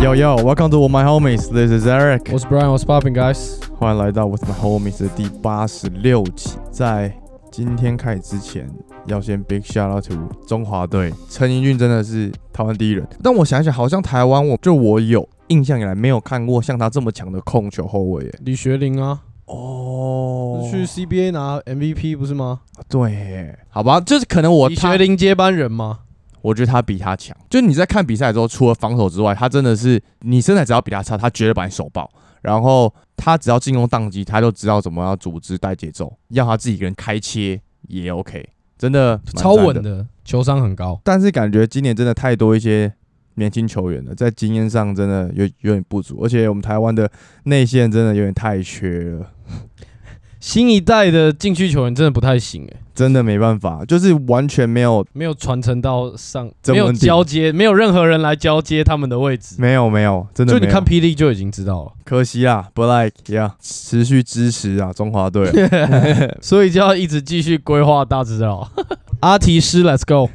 Yo yo, welcome to my homies. This is Eric. 我是 Brian，我是 Popping Guys。欢迎来到 With my homies 的第八十六期。在今天开始之前，要先 big shout out to 中华队，陈怡俊真的是台湾第一人。但我想一想，好像台湾我就我有印象以来没有看过像他这么强的控球后卫耶。李学林啊，哦去 CBA 拿 MVP 不是吗？对耶，好吧，就是可能我李他学林接班人嘛。我觉得他比他强。就你在看比赛的时候，除了防守之外，他真的是你身材只要比他差，他绝对把你手爆。然后他只要进攻宕机，他就知道怎么样组织带节奏，让他自己一个人开切也 OK，真的蛮超赞稳的，球商很高。但是感觉今年真的太多一些年轻球员了，在经验上真的有有点不足，而且我们台湾的内线真的有点太缺了。新一代的禁区球员真的不太行哎、真的没办法，就是完全没有没有传承到上，这没有问题交接，没有任何人来交接他们的位置。没有没有，真的就没有你看霹雳就已经知道了，可惜啊，Black 呀，持续支持啊中华队啊、所以就要一直继续规划大指导。 阿提斯，Let's go。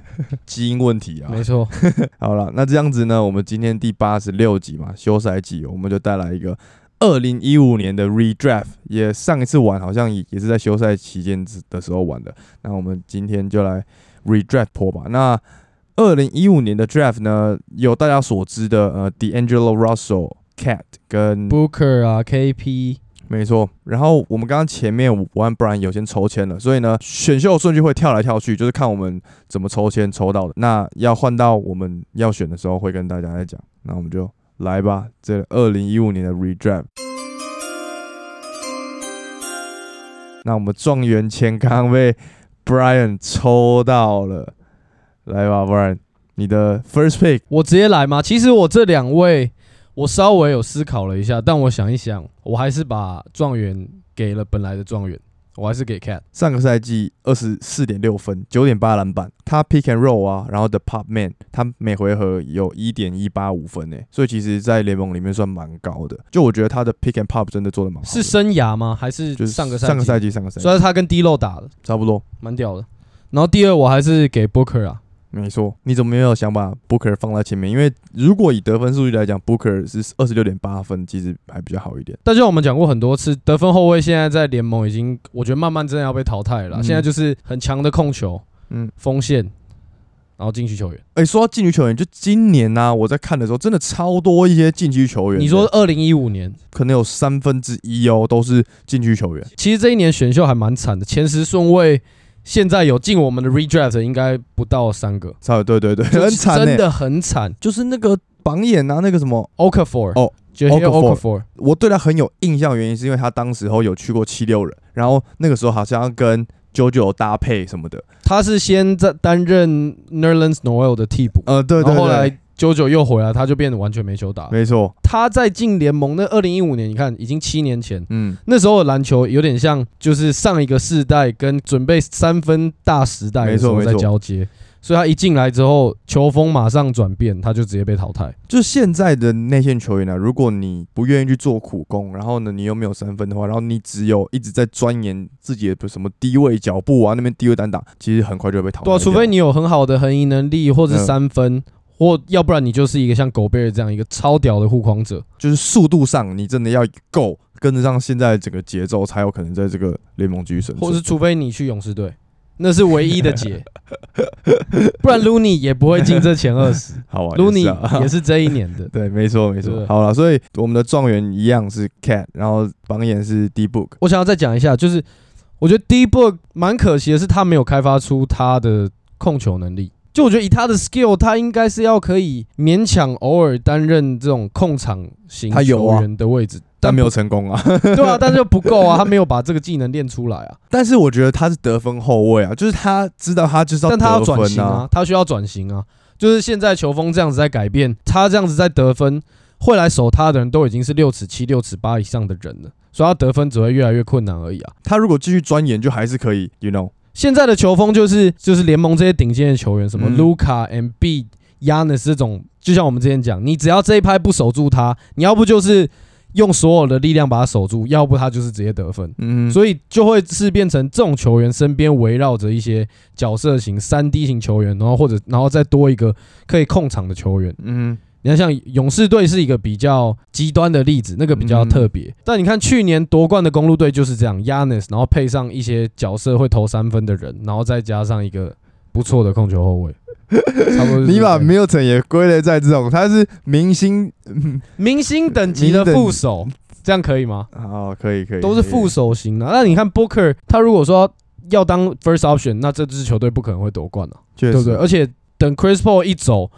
基因问题啊。没错，好了，那这样子呢，我们今天第八十六集嘛，休赛季，我们就带来一个二零一五年的 redraft，也上一次玩好像也也是在休赛期间之的时候玩的。那我们今天就来 redraft 破吧。那二零一五年的 draft 呢，有大家所知的呃，D'Angelo Russell、Cat 跟 Booker 啊，KP，没错，然后我们刚刚前面我和 Brian 有先抽签了，所以呢，选秀顺序会跳来跳去，就是看我们怎么抽签抽到的。那要换到我们要选的时候，会跟大家再讲。那我们就来吧，这二零一五年的 Redraft。那我们状元签刚刚被 Brian 抽到了，来吧，Brian，你的 first pick 我直接来吗？其实我这两位，我稍微有思考了一下，但我想一想，我还是把状元给了本来的状元，我还是给 Cat。上个赛季二十四点六分，九点八篮板，他 pick and roll 啊，然后 the pop man，他每回合有一点一八五分诶，所以其实，在联盟里面算蛮高的。就我觉得他的 pick and pop 真的做的蛮好的，是生涯吗？还是就是上个赛季？上个赛季上个赛季所以他跟 D 漏打的，差不多，蛮屌的。然后第二我还是给 Booker 啊，没错。你怎么没有想把 Booker 放在前面？因为如果以得分数据来讲，Booker 是二十六点八分，其实还比较好一点。但就像我们讲过很多次，得分后卫现在在联盟已经，我觉得慢慢真的要被淘汰了啦。嗯现在就是很强的控球、嗯，锋线，然后禁区球员。哎、说到禁区球员，就今年呢、啊我在看的时候，真的超多一些禁区球员的，你说二零一五年，可能有三分之一哦，都是禁区球员。其实这一年选秀还蛮惨的，前十顺位现在有进我们的 redraft 的应该不到三个，差不多对对对，很惨、欸，真的很惨。就是那个榜眼啊，那个什么， Okafor 哦 j o Okafor Okafor 我对他很有印象，原因是因为他当时候有去过七六人，然后那个时候好像要跟九九搭配什么的，他是先在担任 Nerlens Noel 的替补，呃，对对对，然后后来 JoJo 又回来，他就变得完全没球打。没错，他在进联盟那二零一五年，你看已经七年前，嗯，那时候的篮球有点像就是上一个世代跟准备三分大时代的时候没错没在错交接，所以他一进来之后，球风马上转变，他就直接被淘汰。就现在的内线球员呢、啊如果你不愿意去做苦工，然后呢你又没有三分的话，然后你只有一直在钻研自己的什么低位脚步啊，那边低位单打，其实很快就会被淘汰对掉。啊，除非你有很好的横移能力，或是哦嗯三分，或要不然你就是一个像狗贝尔这样一个超屌的护框者。就是速度上你真的要够跟得上现在整个节奏，才有可能在这个联盟继续生存。或是除非你去勇士队，那是唯一 的解，不然 Looney 也不会进这前二 十。好玩，Looney 也是这一年的 对，没错没对不错。对好了，所以我们的状元一样是 Cat，然后榜眼是 D Book。我想要再讲一下，就是我觉得 D Book 蛮可惜的是，他没有开发出他的控球能力。就我觉得以他的 skill，他应该是要可以勉强偶尔担任这种控场型他有球啊员的位置，但但没有不成功啊， 对啊，但是又不够啊，他没有把这个技能练出来啊。 但是我觉得他是得分后卫啊，就是他知道他就是要 但他要得转分型啊，他需要转型啊。就是现在球风这样子在改变，他这样子在得分，会来守他的人都已经是六尺七、六尺八以上的人了，所以他得分只会越来越困难而已啊。他如果继续钻研，就还是可以，you know，现在的球风就是就是联盟这些顶尖的球员，什么嗯卢卡、M B、 Yanis 这种，就像我们之前讲，你只要这一拍不守住他，你要不就是用所有的力量把他守住，要不他就是直接得分。嗯，以所以就会是变成这种球员身边围绕着一些角色型、三 D 型球员，然后或者然后再多一个可以控场的球员。嗯你看，像勇士队是一个比较极端的例子，那个比较特别。嗯但你看去年夺冠的公路队就是这样，Yanis，然后配上一些角色会投三分的人，然后再加上一个不错的控球后卫，差不多就是这 样。你把 Milton 也归类在这种，他是明星，嗯，明星等级的明星等副手，这样可以吗？哦，可以可以，都是可以副，手型的、那你看 Booker，他如果说要当 first option，那这支球队不可能会夺冠了、啊确对实不对？而且等 Chris Paul 一走，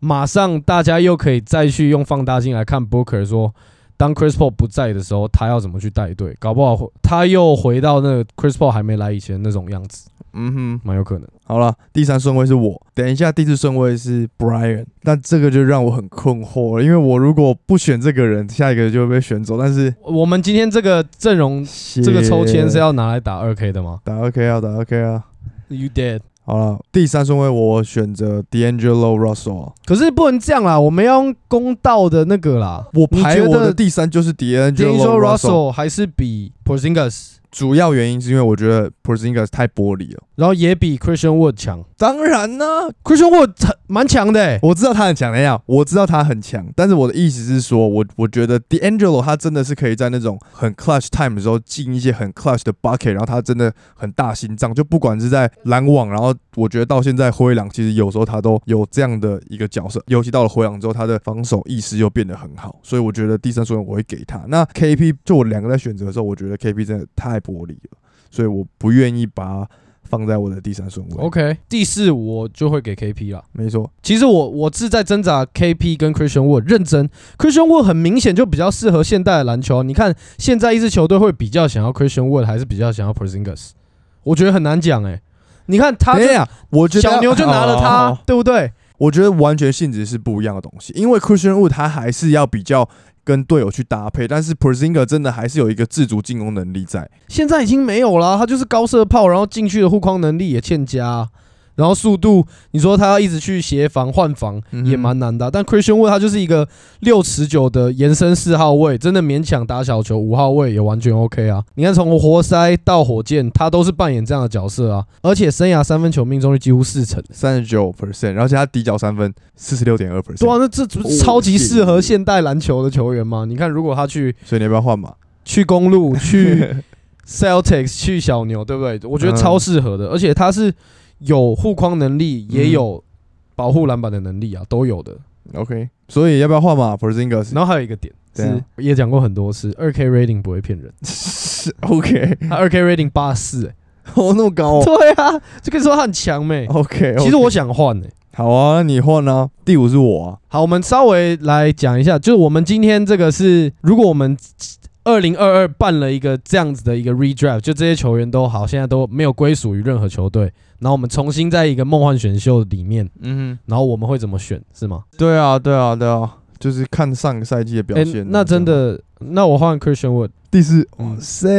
马上大家又可以再去用放大镜来看 Booker 说。当 Chris Paul 不在的时候，他要怎么去带队？搞不好他又回到那个 Chris Paul 还没来以前那种样子，嗯哼，蛮有可能。好了，第三顺位是我，等一下第四顺位是 Brian，但这个就让我很困惑了，因为我如果不选这个人，下一个就会被选走，但是我们今天这个阵容，这个抽签是要要拿来打二 K 的吗打 OK 啊，打 OK 啊， ？You did。好了，第三顺位我选择 D'Angelo Russell，可是不能这样啦，我们要用公道的那个啦。我你排觉我的得第三就是 D'Angelo D'Angelo Russell， Russell 还是比 Porzingis，主要原因是因为我觉得 Porzingis 太玻璃了。然后也比 Christian Wood 强。当然呢、 Christian Wood 很蛮强的、欸，我知道他很强，等一下，我知道他很强，但是我的意思是说，我我觉得 D'Angelo 他真的是可以在那种很 clutch time 的时候进一些很 clutch 的 bucket，然后他真的很大心脏，就不管是在篮网，然后我觉得到现在灰狼其实有时候他都有这样的一个角色，尤其到了灰狼之后，他的防守意识又变得很好，所以我觉得第三顺位我会给他。那 KP 就我两个在选择的时候，我觉得 KP 真的太玻璃了，所以我不愿意把他放在我的第三顺位。 OK，第四我就会给 KP 了。没错，其实我我是在挣扎 KP 跟 Christian Wood 认真，Christian Wood 很明显就比较适合现代的篮球。你看现在一支球队会比较想要 Christian Wood 还是比较想要 Porzingis？我觉得很难讲哎、你看他等一下，我觉得哦小牛就拿了好好他好，对不对？我觉得完全性质是不一样的东西，因为 Christian Wood 他还是要比较跟队友去搭配，但是 Porzingis 真的还是有一个自主进攻能力在。现在已经没有了，他就是高射炮，然后进去的护框能力也欠佳、然后速度，你说他要一直去协防换防嗯哼也蛮难的啊、但 Christian Wood 他就是一个六尺九的延伸四号位，真的勉强打小球五号位也完全 OK 啊。你看从活塞到火箭，他都是扮演这样的角色啊，而且生涯三分球命中率几乎四成。三十九 percent，然后加他底角三分四十六点二 percent，对啊，那这这哦不是超级适合现代篮球的球员吗？你看，如果他去所以你要不要换 嘛？去公路去 Celtics 去小牛，对不对？我觉得嗯超适合的，而且他是有护框能力，也嗯有保护篮板的能力啊，都有的。 OK，所以要不要换嘛？Porzingis 然后还有一个点对啊是，也讲过很多次，二 K rating 不会骗人， OK，他二 K rating 八四，哎，哦那么高嗯哦哎对啊，就跟你说他很强没。 ，OK，哦其实我想换诶、好啊，那你换啊，第五是我啊，好，我们稍微来讲一下，就是我们今天这个是，如果我们二零二二办了一个这样子的一个 redraft，就这些球员都好，现在都没有归属于任何球队，然后我们重新在一个梦幻选秀里面，嗯，然后我们会怎么选，是吗？对啊，对啊，对啊，就是看上个赛季的表诶现、啊那真的，那我换 Christian Wood，Christian 第四，嗯哇塞，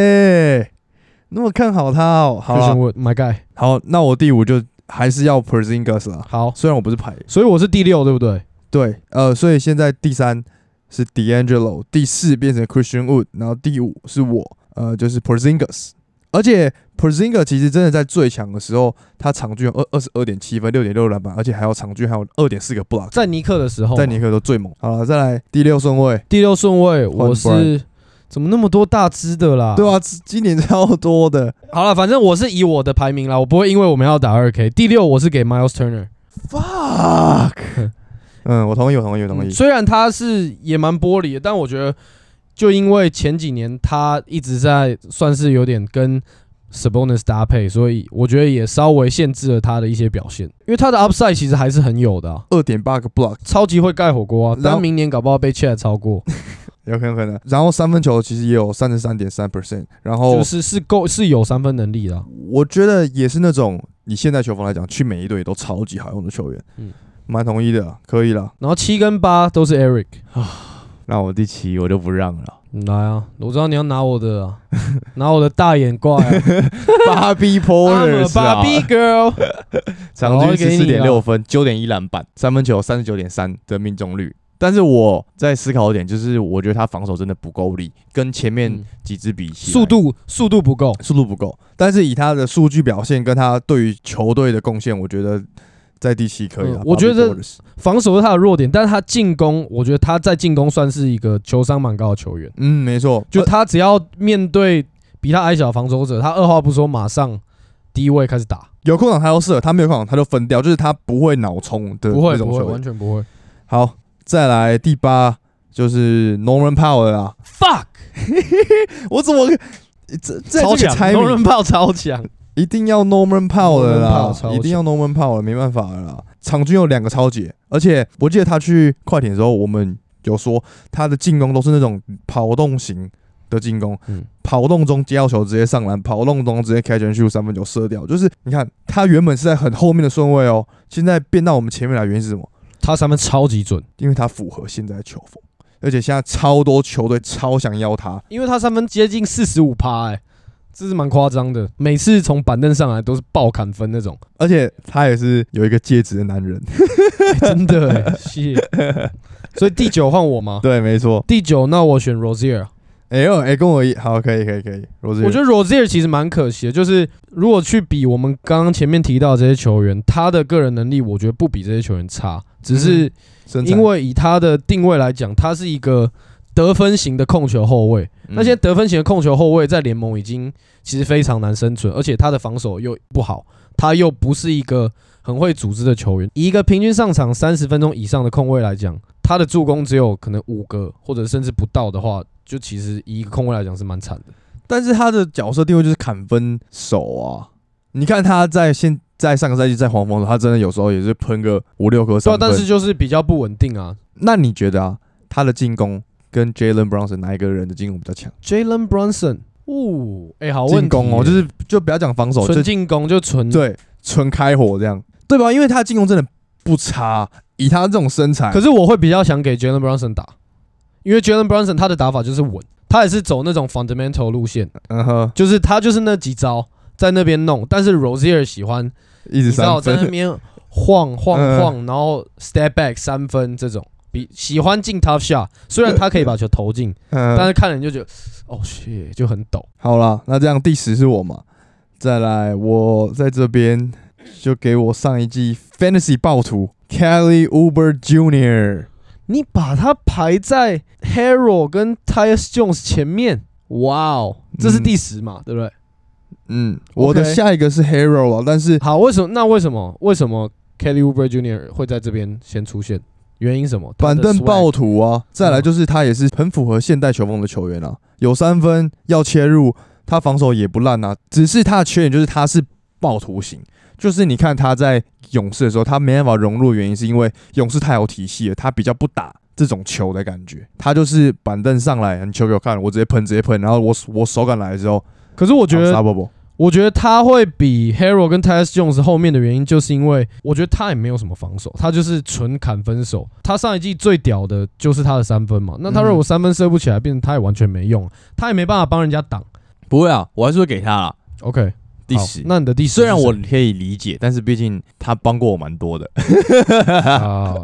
那么看好他哦，好啊 Wood，My guy，好，那我第五就还是要 Porzingis 啦。好，虽然我不是排所以我是第六，对不对？对，呃，所以现在第三是 D'Angelo，第四变成 Christian Wood，然后第五是我，呃，就是 Porzingis。而且 Porzingis 其实真的在最强的时候，他场均有二二十二点七分、六点六篮板，而且还有场均还有二点四个 block，在尼克的时候，啊在尼克都最猛。好了，再来第六顺位，第六顺位，换我是怎么那么多大只的啦？对啊，今年超多的。好了，反正我是以我的排名啦，我不会因为我们要打二 K。第六我是给 Miles Turner，、 Fuck，嗯，我同意，我同意，我同嗯意。虽然他是也蛮玻璃的，但我觉得就因为前几年他一直在算是有点跟 Sabonis 搭配，所以我觉得也稍微限制了他的一些表现，因为他的 upside 其实还是很有的、啊。二点八个 block，超级会盖火锅啊！然后但明年搞不好被 Chat 超过，有可能可能。然后三分球其实也有三十三点三 percent，然后就是是够是有三分能力的啊、我觉得也是那种以现在球风来讲，去每一队都超级好用的球员。嗯嗯，蛮同意的，可以了。然后七跟八都是 Eric， 那我第七我就不让了。你来啊！我知道你要拿我的 啊，拿我的大眼怪啊 Barbie I'm a Porter 是 啊， Barbie girl，场均给十你四点啦六分，九点一篮板，三分球三十九点三的命中率。但是我在思考一点，就是我觉得他防守真的不够力，跟前面嗯几支比起来速度速度不够，速度不够。但是以他的数据表现跟他对于球队的贡献，我觉得在第七可以了。嗯我觉得 Bobby Portis 防守是他的弱点，但是他进攻，我觉得他在进攻算是一个球商蛮高的球员。嗯，没错，就就他只要面对比他矮小的防守者，他二话不说马上低位开始打，有空档他要射，他没有空档他就分掉，就是他不会脑冲的不会那种不会球完员。全不会。好，再来第八就是 Norman Powell 啦， Fuck，我怎么这这超这个强，猜谜龙人炮超强，一定要 Norman Powell 的 Norman Powell 超啦，强一定要 Norman Powell 的，没办法了啦。场均有两个超解，而且我记得他去快艇的时候，我们有说他的进攻都是那种跑动型的进攻，嗯跑动中接到球直接上篮，跑动中直接开全秀三分球射掉。就是你看他原本是在很后面的顺位哦，现在变到我们前面来，原因是什么？他三分超级准，因为他符合现在的球风，而且现在超多球队超想要他，因为他三分接近四十五趴，哎、这是蛮夸张的。每次从板凳上来都是爆砍分那 种，而且他也是有一个戒指的男人。哎真的哎、谢。所以第九换我吗？对，没错。第九，那我选 Rozier。哎呦，哎，跟我一好，可以，可以，可以。我我觉得 Rozier 其实蛮可惜的，就是如果去比我们刚刚前面提到的这些球员，他的个人能力，我觉得不比这些球员差，只是身材因为以他嗯的定位来讲，他是一个得分型的控球后卫。嗯那些得分型的控球后卫在联盟已经其实非常难生存，而且他的防守又不好，他又不是一个很会组织的球员。以一个平均上场三十分钟以上的控卫来讲，他的助攻只有可能五个或者甚至不到的话，就其实以一个控卫来讲是蛮惨的。但是他的角色定位就是砍分手啊。你看他在现在上个赛季在黄蜂的时候，他真的有时候也是喷个五六颗对、啊三，分。但是就是比较不稳定啊。那你觉得啊，他的进攻跟 Jalen Brunson 哪一个人的进攻比较强？ Jalen Brunson，哦，哎、好问题进攻哦，就耶是就不要讲防守，就纯进攻就纯对纯开火这样，对吧？因为他的进攻真的不差，以他这种身材，可是我会比较想给 Jalen Brunson 打，因为 Jalen Brunson 他的打法就是稳，他也是走那种 fundamental 路线，嗯哼，就是他就是那几招在那边弄。但是 Rozier 喜欢，一你直知道三在那分，边晃晃嗯晃，然后 step back 三分这种，比喜欢进 top shot。虽然他可以把球投进，但嗯，是看人就觉得，哦，shit，就很抖。好啦，那这样第十是我嘛，再来，我在这边就给我上一季 Fantasy 暴徒 Kelly Uber Junior。你把他排在 Hero 跟 Tyus Jones 前面，哇哦，这是嗯第十嘛，对不对？嗯，我的 OK 下一个是 Hero 啊，但是好，为什么？那为什么？为什么 Kelly Oubre Jr. 会在这边先出现？原因什么？板凳暴爆徒啊，再来就是他也是很符合现代球风的球员啊，有三分要切入，他防守也不烂啊，只是他的缺点就是他是暴徒型，就是你看他在勇士的时候，他没办法融入的原因是因为勇士太有体系了，他比较不打。这种球的感觉，他就是板凳上来，你球给我看，我直接喷，直接喷，然后我我手感来的时候，可是我我觉得， b u 我觉得他会比 Hero 跟 Tyus Jones 后面的原因，就是因为我觉得他也没有什么防守，他就是纯砍分手。他上一季最屌的就是他的三分嘛，那他嗯如果三分射不起来，变成他也完全没用，他也没办法帮人家挡。不会啊，我还是会给他啦。 OK，第好十，那你的第十是虽谁，然我可以理解，但是毕竟他帮过我蛮多的。啊，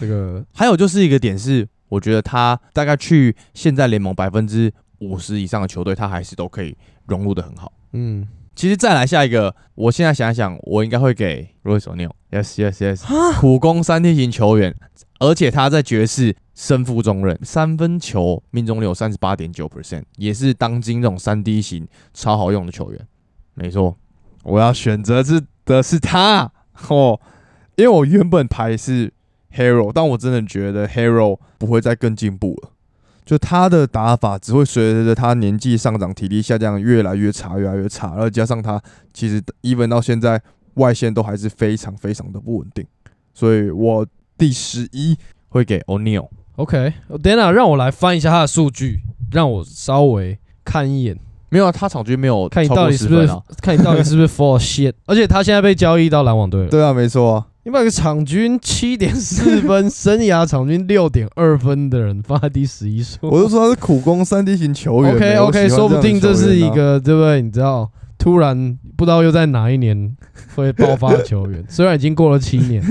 这个还有就是一个点是，我觉得他大概去现在联盟百分之五十以上的球队，他还是都可以融入的很好。嗯，其实再来下一个，我现在想一想，我应该会给 Royce O'Neal，yes yes yes，苦攻三 T 型球员，而且他在爵士身负重任，三分球命中率有三十八点九 percent，也是当今这种三 D 型超好用的球员。没错，我要选择是的是他哦，因为我原本排是 Hero，但我真的觉得 Hero 不会再更进步了。就他的打法只会随着他年纪上涨、体力下降越来越差、越来越差，然后加上他其实 even 到现在外线都还是非常非常的不稳定，所以我第十一会给 O'Neal。 OK，等等，让我来翻一下他的数据，让我稍微看一眼，没有啊，他场均没有看你超到过底十是不是分啊。 看你到底是不是 for shit。而且他现在被交易到篮网队了，对啊，没错啊，你把一个场均七点四分、生涯场均六点二分的人放在第十一顺我就说他是苦攻三 D 型球员。 ，OK 我喜 OK，欢说不定这样这的球是员一啊个对不对？你知道，突然不知道又在哪一年会爆发的球员，虽然已经过了七 年，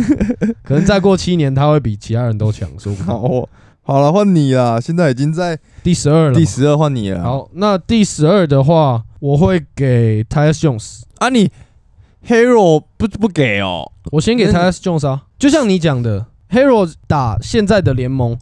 可能再过七年他会比其他人都强，说不好定。哦。好了，换你啦！现在已经在第十二了嘛，第十二，啊换你了。好，那第十二的话，我会给 t y s Jones。啊，你 Hero 不不给哦？我先给那 t 你 y s Jones 啊，就像你讲的，Hero 打现在的联盟，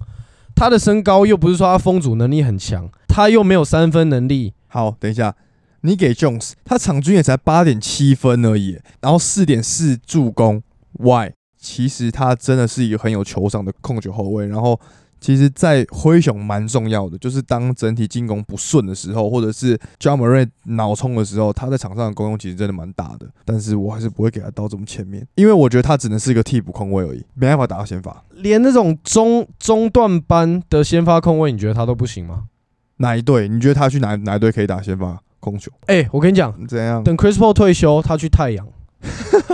他的身高又不是说他封阻能力很强，他又没有三分能力，好，等一下，你给 Jones，他场均也才八点七分而已，然后四点四助攻，Why？其实他真的是一个很有球商的控球后卫，然后其实，在灰熊蛮重要的，就是当整体进攻不顺的时候，或者是 j a m a r e 脑冲的时候，他在场上的功用其实真的蛮大的，但是我还是不会给他到这么前面，因为我觉得他只能是一个替补控卫而已，没办法打到先发。连那种中中段班的先发控卫，你觉得他都不行吗？哪一队？你觉得他去哪哪一队可以打先发控球？哎、我跟你讲，怎样？等 Chris Paul 退休，他去太 阳，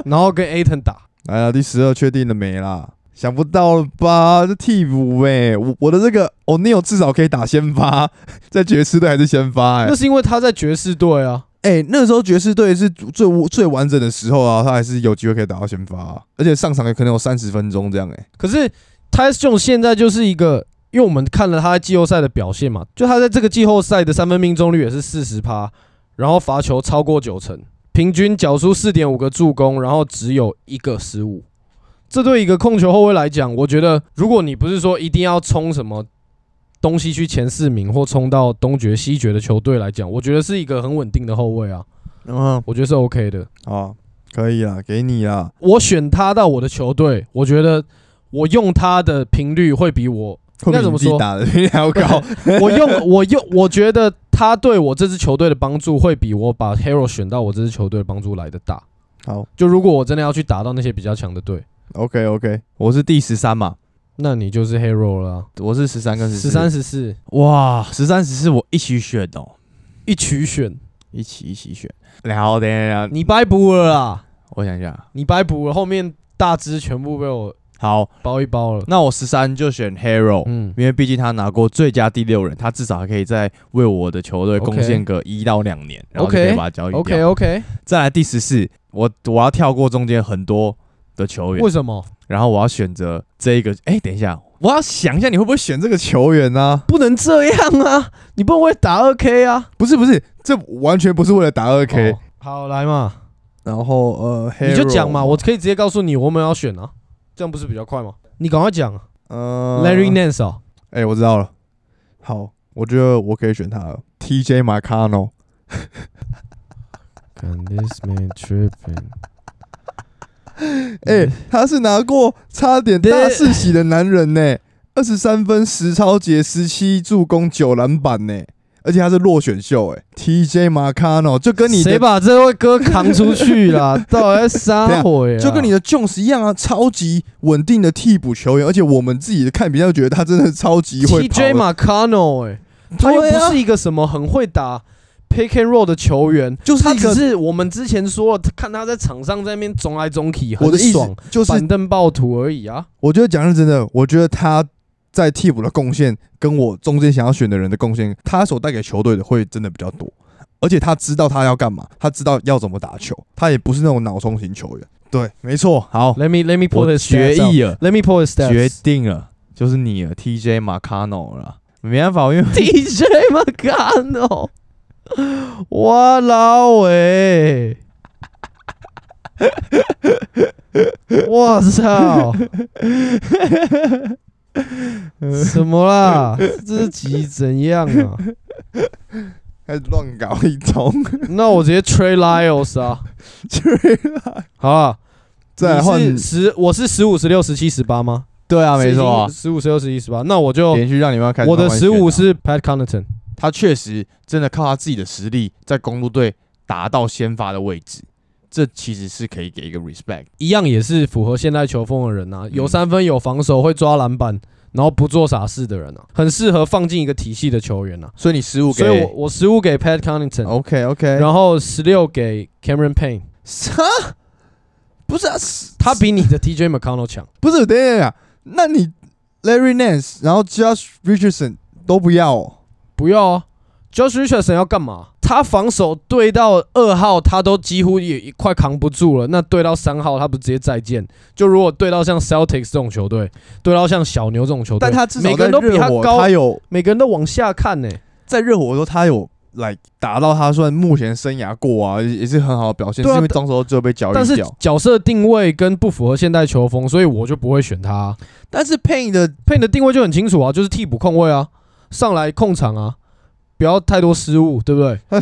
然后跟 Aton 打，来哎了，第十二确定了没啦？想不到了吧？这替补哎、我我的这个 o n e i l 至少可以打先发， 在爵士队还是先发哎、那是因为他在爵士队啊。哎、那时候爵士队是最最完整的时候啊，他还是有机会可以打到先发啊、而且上场也可能有三十分钟这样哎、可是 t y s Jones 现在就是一个，因为我们看了他在季后赛的表现嘛，就他在这个季后赛的三分命中率也是四十趴，然后罚球超过九成，平均缴出四点五个助攻，然后只有一个失误。这对一个控球后卫来讲，我觉得如果你不是说一定要冲什么东西区前四名或冲到东决西决的球队来讲，我觉得是一个很稳定的后卫啊，嗯，我觉得是 OK 的。好，啊可以啦，给你啦。我选他到我的球队，我觉得我用他的频率会比我会比那怎么你自己说打的频率还要 高？我用我用，我觉得他对我这支球队的帮助会比我把 Hero 选到我这支球队的帮助来的大。好就如果我真的要去打到那些比较强的队， ，OK OK，我是第十三嘛，那你就是 Hero 了我是十三啊。跟十三、十四哇，十三十四我一起选哦，一曲选，一起一起选。然后等一下，你掰补了啦，我想一下，你掰补了，后面大支全部被我好，包一包了。那我十三就选 Hero，、嗯，因为毕竟他拿过最佳第六人，他至少还可以再为我的球队 OK 贡献个一到两年然后就可以 OK，把他交易掉。 OK OK，再来第十四，我我要跳过中间很多的球员为，什么然后我要选择这一个。哎、等一下，我要想一下你会不会选这个球员呢、不能这样啊？你不能为了打二 K 啊不是不是，这完全不是为了打二 K、哦好来嘛，然后呃，你就讲嘛， Hero，我可以直接告诉你我们要选啊，这样不是比较快吗？你赶快讲啊呃，Larry Nance 哦。哎、我知道了。好，我觉得我可以选他了。TJ 马卡诺， Can this man tripping？嗯哎、他是拿过差点大四喜的男人呢、二十三分、十超节、十七助攻、九篮板呢、而且他是落选秀哎、TJ 马卡诺就跟你谁的把这位哥扛出 去啦？到底在撒火呀？就跟你的 Jones 一样啊，超级稳定的替补球员，而且我们自己的看比较觉得他真的超级会跑啊 TJ 的，马 c a n o 哎，他又不是一个什么很会打 pick and roll 的球员，就是他一只个是我们之前说了，看他在场上在那边总来总去，我很的意爽思，就是板凳暴徒而已啊。我觉得讲认真的，我觉得他在替补的贡献，跟我中间想要选的人的贡献，他所带给球队的会真的比较多。而且他知道他要干嘛，他知道要怎么打球，他也不是那种脑冲型球员。对，没错。好， Let me let me put 我 his 决啊 stats out. 议了， Let me put his 决 stats. 定了，就是你了，TJ 马卡诺了。没办法，因为 TJ m c c a n o 哦哇老欸喂！我哦操！什么啦？这集怎样啊？开始乱搞一通。那我直接 Trey Lyles 啊！好啦，再来换你是十，我是十五、十六、十七、十八吗？对啊，没错啊，十五、十六、十七、十八。那我就连续让你们开始我的慢慢选十啊五是 Pat Connaughton，他确实真的靠他自己的实力，在公路队达到先发的位置，这其实是可以给一个 respect。一样也是符合现代球风的人呐、啊，有嗯三分，有防守，会抓篮板，然后不做傻事的人啊，很适合放进一个体系的球员呐、所以你失误啊。给嗯所以我我十哦五给 Pat Connaughton，、 OK OK，然后十六给 Cameron Payne，啥？不是啊，他比你的 TJ McConnell 强。不是，等一下等一下，那你 Larry Nance，然后 Josh Richardson 都不要、哦，不要啊，Josh Richardson 要干嘛？他防守对到二号，他都几乎也快扛不住了。那对到三号，他不是直接再见？就如果对到像 Celtics 这种球队，对到像小牛这种球队，但他至每少在个人都比热他火，高，有每个人都往下看呢、在热火的时候，他有来达到他算目前生涯过啊，也也是很好的表现，对啊是因为当时候就被交易但是掉。角色定位跟不符合现代球风，所以我就不会选他啊、但是 Payne 的佩你的定位就很清楚啊，就是替补控位啊，上来控场啊，不要太多失误，对不对？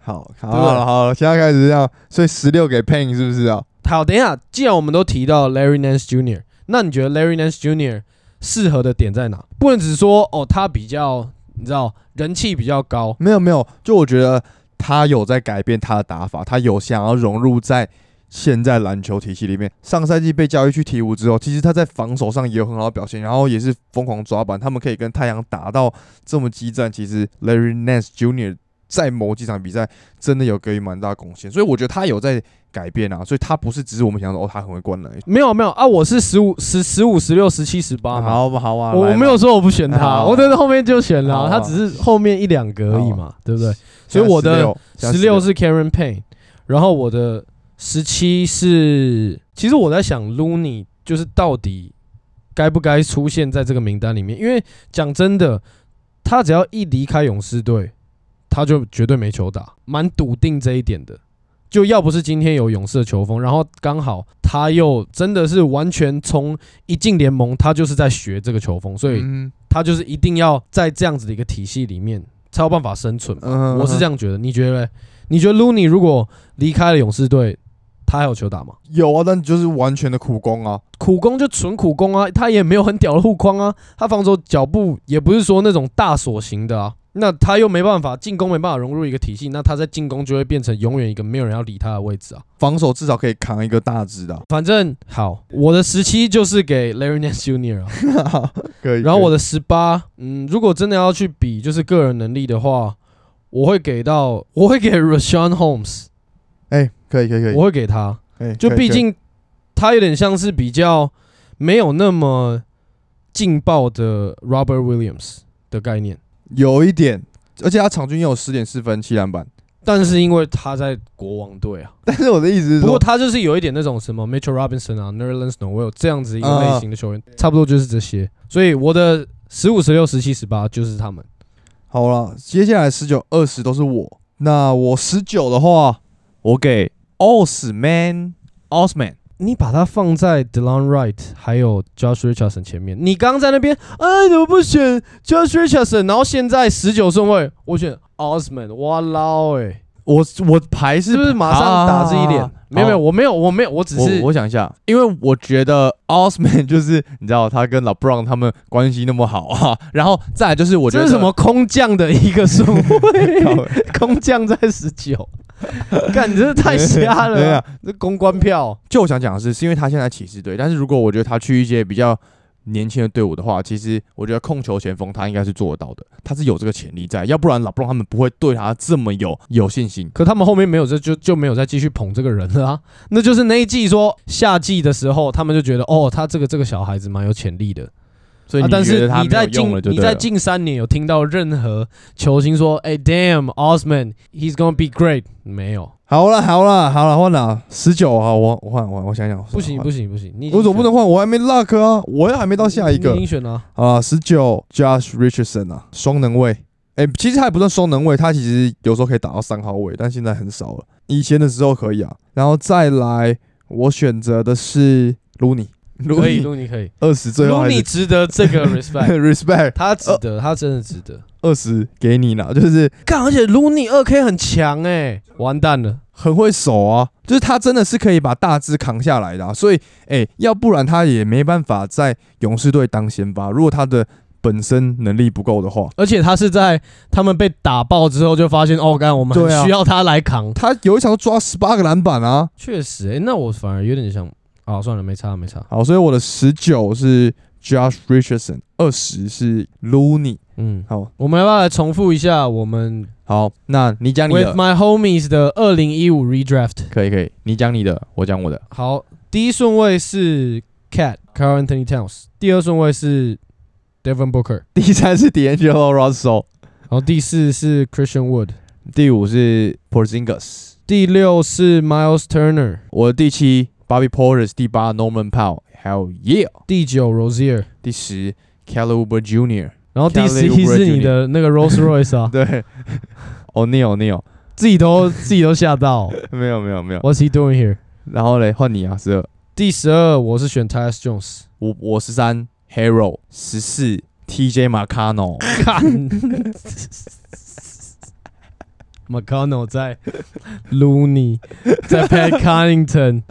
好，好对不对了好了，现在开始这样，所以十六给 Payne 是不是啊？好，等一下，既然我们都提到 Larry Nance Jr.，那你觉得 Larry Nance Jr. 适合的点在哪？不能只说哦，他比较你知道人气比较高，没有没有，就我觉得他有在改变他的打法，他有想要融入在现在篮球体系里面。上赛季被交易去鹈鹕之后，其实他在防守上也有很好的表现，然后也是疯狂抓板，他们可以跟太阳打到这么激战。其实 Larry Nance Jr. 在某几场比赛真的有给予蛮大的贡献，所以我觉得他有在改变啊，所以他不是只是我们想说哦，他很会灌篮。没有没有啊，我是十五十十五十六十七十八嘛，好啊吧，好吧，我我没有说我不选好他，好我等到后面就选好了，好他只是后面一两格而已嘛，对不对？现所在16，以我的现在十六是 Karen Payne，然后我的十七是，其实我在想 Looney 就是到底该不该出现在这个名单里面，因为讲真的，他只要一离开勇士队，他就绝对没球打，蛮笃定这一点的。就要不是今天有勇士的球风，然后刚好他又真的是完全从一进联盟，他就是在学这个球风，所以嗯他就是一定要在这样子的一个体系里面才有办法生存嘛。嗯我是这样觉得，你觉得嘞？你觉得 Looney 如果离开了勇士队，他还有球打吗？有啊，但就是完全的苦攻啊，苦攻就纯苦攻啊，他也没有很屌的护框啊，他防守脚步也不是说那种大锁型的啊，那他又没办法进攻，没办法融入一个体系，那他在进攻就会变成永远一个没有人要理他的位置啊。防守至少可以扛一个大只的啊、反正好，我的十七就是给 Larry Nance Jr. 啊，可以。然后我的的十八，嗯，如果真的要去比就是个人能力的话，我会给到，我会给 Rashawn Holmes，哎、可以可以可以，我会给他。哎就可以毕可以竟他有点像是比较没有那么劲爆的 Robert Williams 的概念，有一点，而且他场均也有十点四分七篮板。但是因为他在国王队啊， 但是我的意思是哦不过说，他就是有一点那种什么 Mitchell Robinson 啊、Nerlens Noel 这样子一个嗯类型的球员，差不多就是这些。所以我的十五、十六、十七、十八就是他们。好了，接下来十九、二十都是我。那我十九的话，我给 Osman Osman。你把他放在 Delon Wright 还有 Josh Richardson 前面，你刚刚在那边，哎，怎么不选 Josh Richardson？然后现在十九顺位，我选 Osman，哇捞哎、我我排是啊是不是马上打自己脸？没有没有，，我没有，我没有，我只我是我想一下，因为我觉得 Osman 就是你知道他跟老 Brown 他们关系那么好啊， 然后再来就是我觉这得是什么空降的一 个顺靠位， 空降在 十九，干你真是太瞎对啊了啊，这公关票就我想讲的是，是因为他现在骑士队，但是如果我觉得他去一些比较年轻的队伍的话，其实我觉得控球前锋他应该是做得到的，他是有这个潜力在，要不然老布朗他们不会对他这么有有信心。可他们后面没有这就就没有再继续捧这个人了啊，那就是那一季说夏季的时候，他们就觉得哦，他这个这个小孩子蛮有潜力的，所以啊你但觉是得他你没有在用了近就你对在了。近三年有听到任何球星说，哎，damn Osman，he's gonna be great？没有，好了好了好了，换了十九啊，我我换我我想想，不行不行，行不行，你已经我总不选能换，我还没 luck 啊，我还没到下一你个已经选了啊。啊，十九 Josh Richardson 啊，双能位。哎、其实他也不算双能位，他其实有时候可以打到三号位，但现在很少了。以前的时候可以啊。然后再来，我选择的是卢尼，卢可以，尼卢尼可以，二十最后卢还尼 是值得这 个 respect， respect 他值得，他真的值得。二十给你了，就是干，而且卢尼二 K 很强哎、完蛋了，很会守啊，就是他真的是可以把大支扛下来的、啊。所以，哎、要不然他也没办法在勇士队当先发，如果他的本身能力不够的话。而且他是在他们被打爆之后就发现，哦，干，我们对啊很需要他来扛。他有一场抓十八个篮板啊，确实，哎、那我反而有点想，啊，算了，没差没差。好，所以我的十九是 Josh Richardson，二十是 Looney，嗯，好我们要不要来重复一下我们好，那你讲你 With 的， My Homies 的二零一五 Redraft？可以可以，你讲你的，我讲我的。好，第一顺位是 Cat c a r a n t o n y Towns，第二顺位是 Devin Booker， 第三是 D'Angelo Russell，然后第四是 Christian Wood，第五是 Porzingis，第六是 Miles Turner，我的第七 Bobby Portis，第八 Norman Powell，还有 Yale，第九 Rozier，第十 Caliber Junior，然后第 Kelly 十一 Oubre 是你的那个 Rolls Royce 啊， 对 ，O'Neal O'Neal，自己都自己都吓到没有没有没有。 ，What's he doing here？然后嘞，换你啊，十二，第十二我是选 Tyus Jones，我我十三 Hero，十四 TJ McConnell，看 McConnell 在 Looney，在 Pat Connington，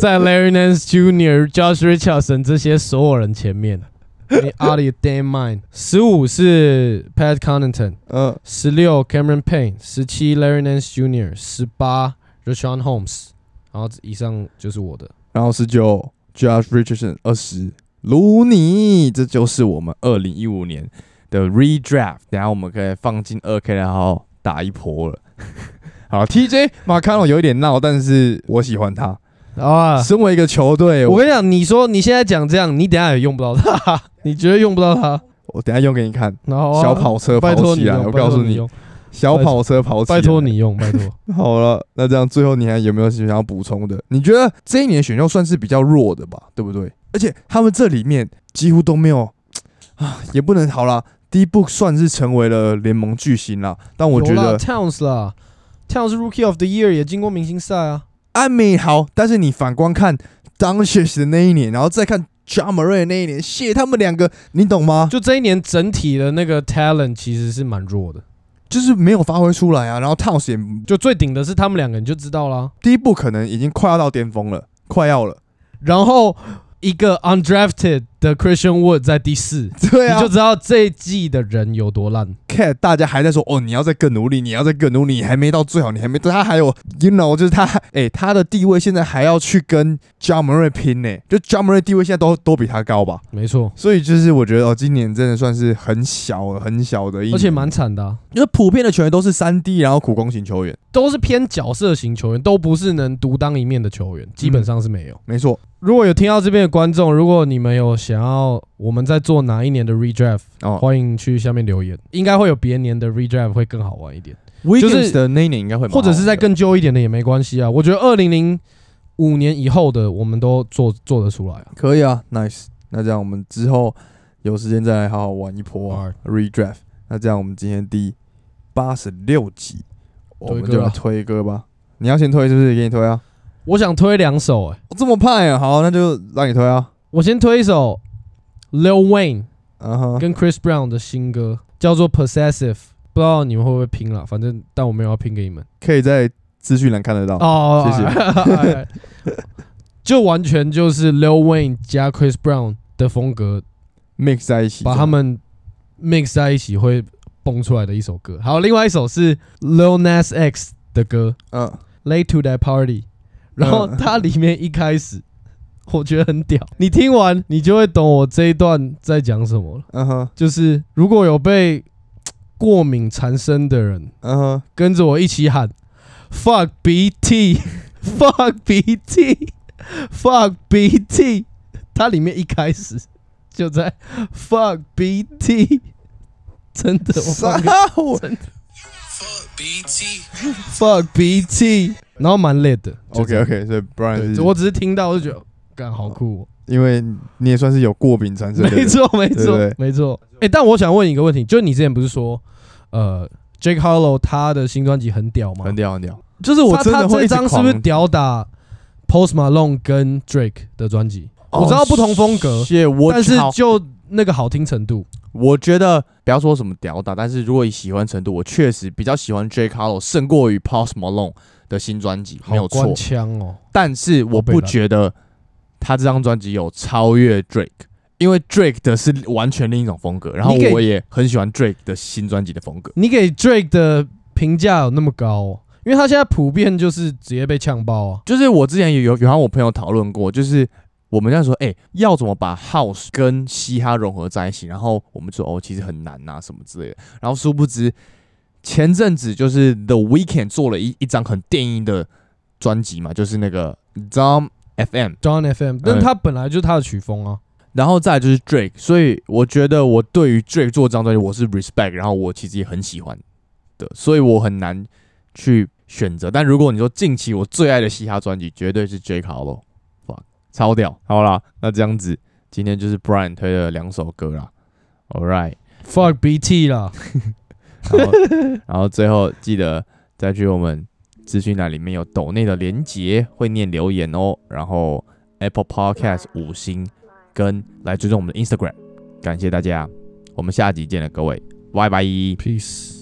在 Larry Nance Jr.、Josh Richardson 这些所有人前面。你 out of your damn mind。十五是 Pat Connington，嗯，十六 Cameron Payne，十七 Larry Nance Jr.，十八 Rashawn Holmes。然后以上就是我的。然后十九 Josh Richardson，二十卢尼，这就是我们二零一五年的 redraft。等一下我们可以放进二 K，然后打一波了。 好，TJ 马卡龙有一点闹，但是我喜欢他。好啊，身为一个球队，我我跟你讲，你说你现在讲这样，你等一下也用不到他， 你绝对用不到他。我等一下用给你看，然后啊小跑车拜跑托起你来，用，我告诉拜托你，用，小跑车跑起来，拜托你哦用，拜托。好了，那这样最后你还有没有想要补充的？你觉得这一年选秀算是比较弱的吧，对不对？而且他们这里面几乎都没有啊，也不能好啦。第一步算是成为了联盟巨星啦，但 我觉有啦得 Towns 啦，Towns Rookie of the Year 也进过明星赛啊。安美好，但是你反观看 d o n s h i s 的那一年，然后再看 John Murray 的那一年，谢他们两个，你懂吗？就这一年整体的那个 talent 其实是蛮弱的，就是没有发挥出来啊。然后 Towns 也就最顶的是他们两个，你就知道啦。第一步可能已经快要到巅峰了，快要了。然后一个 undrafted 的 Christian Wood 在第四，对啊，你就知道这一季的人有多烂。 cat，大家还在说哦，你要再更努力，你要再更努力，你还没到最好，你还没，他还有，you know，就是他，哎、他的地位现在还要去跟 John Murray 拼呢、就 John Murray 地位现在都都比他高吧，没错，所以就是我觉得哦，今年真的算是很小很小的一年，而且蛮惨的啊、因为普遍的球员都是三 D，然后苦攻型球员，都是偏角色型球员，都不是能独当一面的球员，基本上是没有。没错，如果有听到这边的观众，如果你们有想要我们在做哪一年的 redraft，、哦欢迎去下面留言，应该会有别年的 redraft 会更好玩一点，就就是是的那一年应该会蛮好或玩的，者是再更旧一点的也没关系啊。我觉得二零零五年以后的我们都做做得出来啊。可以啊，nice，那这样我们之后有时间再来好好玩一波啊。redraft。那这样我们今天第八十六集，我推们歌就来啊推歌吧。你要先推是不是？给你推啊！我想推两首、欸，哦、这么派啊，好，那就让你推啊。我先推一首 Lil Wayne 嗯哼，跟 Chris Brown 的新歌，叫做 Possessive，不知道你们会不会拼啦，反正但我没有要拼给你们。可以在资讯栏看得到。哦，谢谢谢。 就完全就是 Lil Wayne 加 Chris Brown 的风格， mix 在一起，把他们 mix 在一起会蹦出来的一首歌。还有另外一首是 Lil Nas X 的歌嗯， 《Late to That Party》，然后嗯它里面一开始我觉得很屌，你听完你就会懂我这一段在讲什么了。嗯哼，就是如果有被过敏缠身的人，嗯哼，跟着我一起喊 “fuck BT，fuck BT，fuck BT”，它里面一开始就在 “fuck BT”，真的， 我啥放给？ Fuck BT. “fuck BT”，然后蛮累的。 就这 OK 样 OK，所以 Brian 对，是，我只是听到我就觉得，干好酷、哦。因为你也算是有过敏产生的人，没错，没对错不对，没错。哎，但我想问你一个问题，就是你之前不是说，呃，Jake Harlow 他的新专辑很屌吗？很屌很屌。就是我他真的他会一直这张是不是狂屌打 Post Malone 跟 Drake 的专辑？我知道不同风格谢我但是操就那个好听程度，我觉得不要说什么屌打，但是如果以喜欢程度，我确实比较喜欢 J. Carlo 胜过于 Post Malone 的新专辑，没有好错官。腔哦。但是我不觉得他这张专辑有超越 Drake，因为 Drake 的是完全另一种风格，然后你给我也很喜欢 Drake 的新专辑的风格。你给 Drake 的评价有那么高、哦？因为他现在普遍就是直接被呛爆啊。就是我之前有有有和我朋友讨论过，就是。我们那时候哎、要怎么把 house 跟嘻哈融合在一起？然后我们说哦，其实很难呐、什么之类的。然后殊不知，前阵子就是 The Weeknd 做了一一张很电音的专辑嘛，就是那个 Dom FM。 John FM，但嗯他本来就是他的曲风啊。然后再来就是 Drake，所以我觉得我对于 Drake 做这张专辑我是 respect，然后我其实也很喜欢的，所以我很难去选择。但如果你说近期我最爱的嘻哈专辑，绝对是 Drake Hollow，fuck，超屌。好啦，那这样子，今天就是 Brian 推了两首歌啦，All right， Fuck BT 啦，然后然后最后记得再去我们资讯栏里面有抖内的连结，会念留言哦。然后 Apple Podcast 五星跟来追踪我们的 Instagram，感谢大家，我们下集见了各位，拜拜。 ，peace。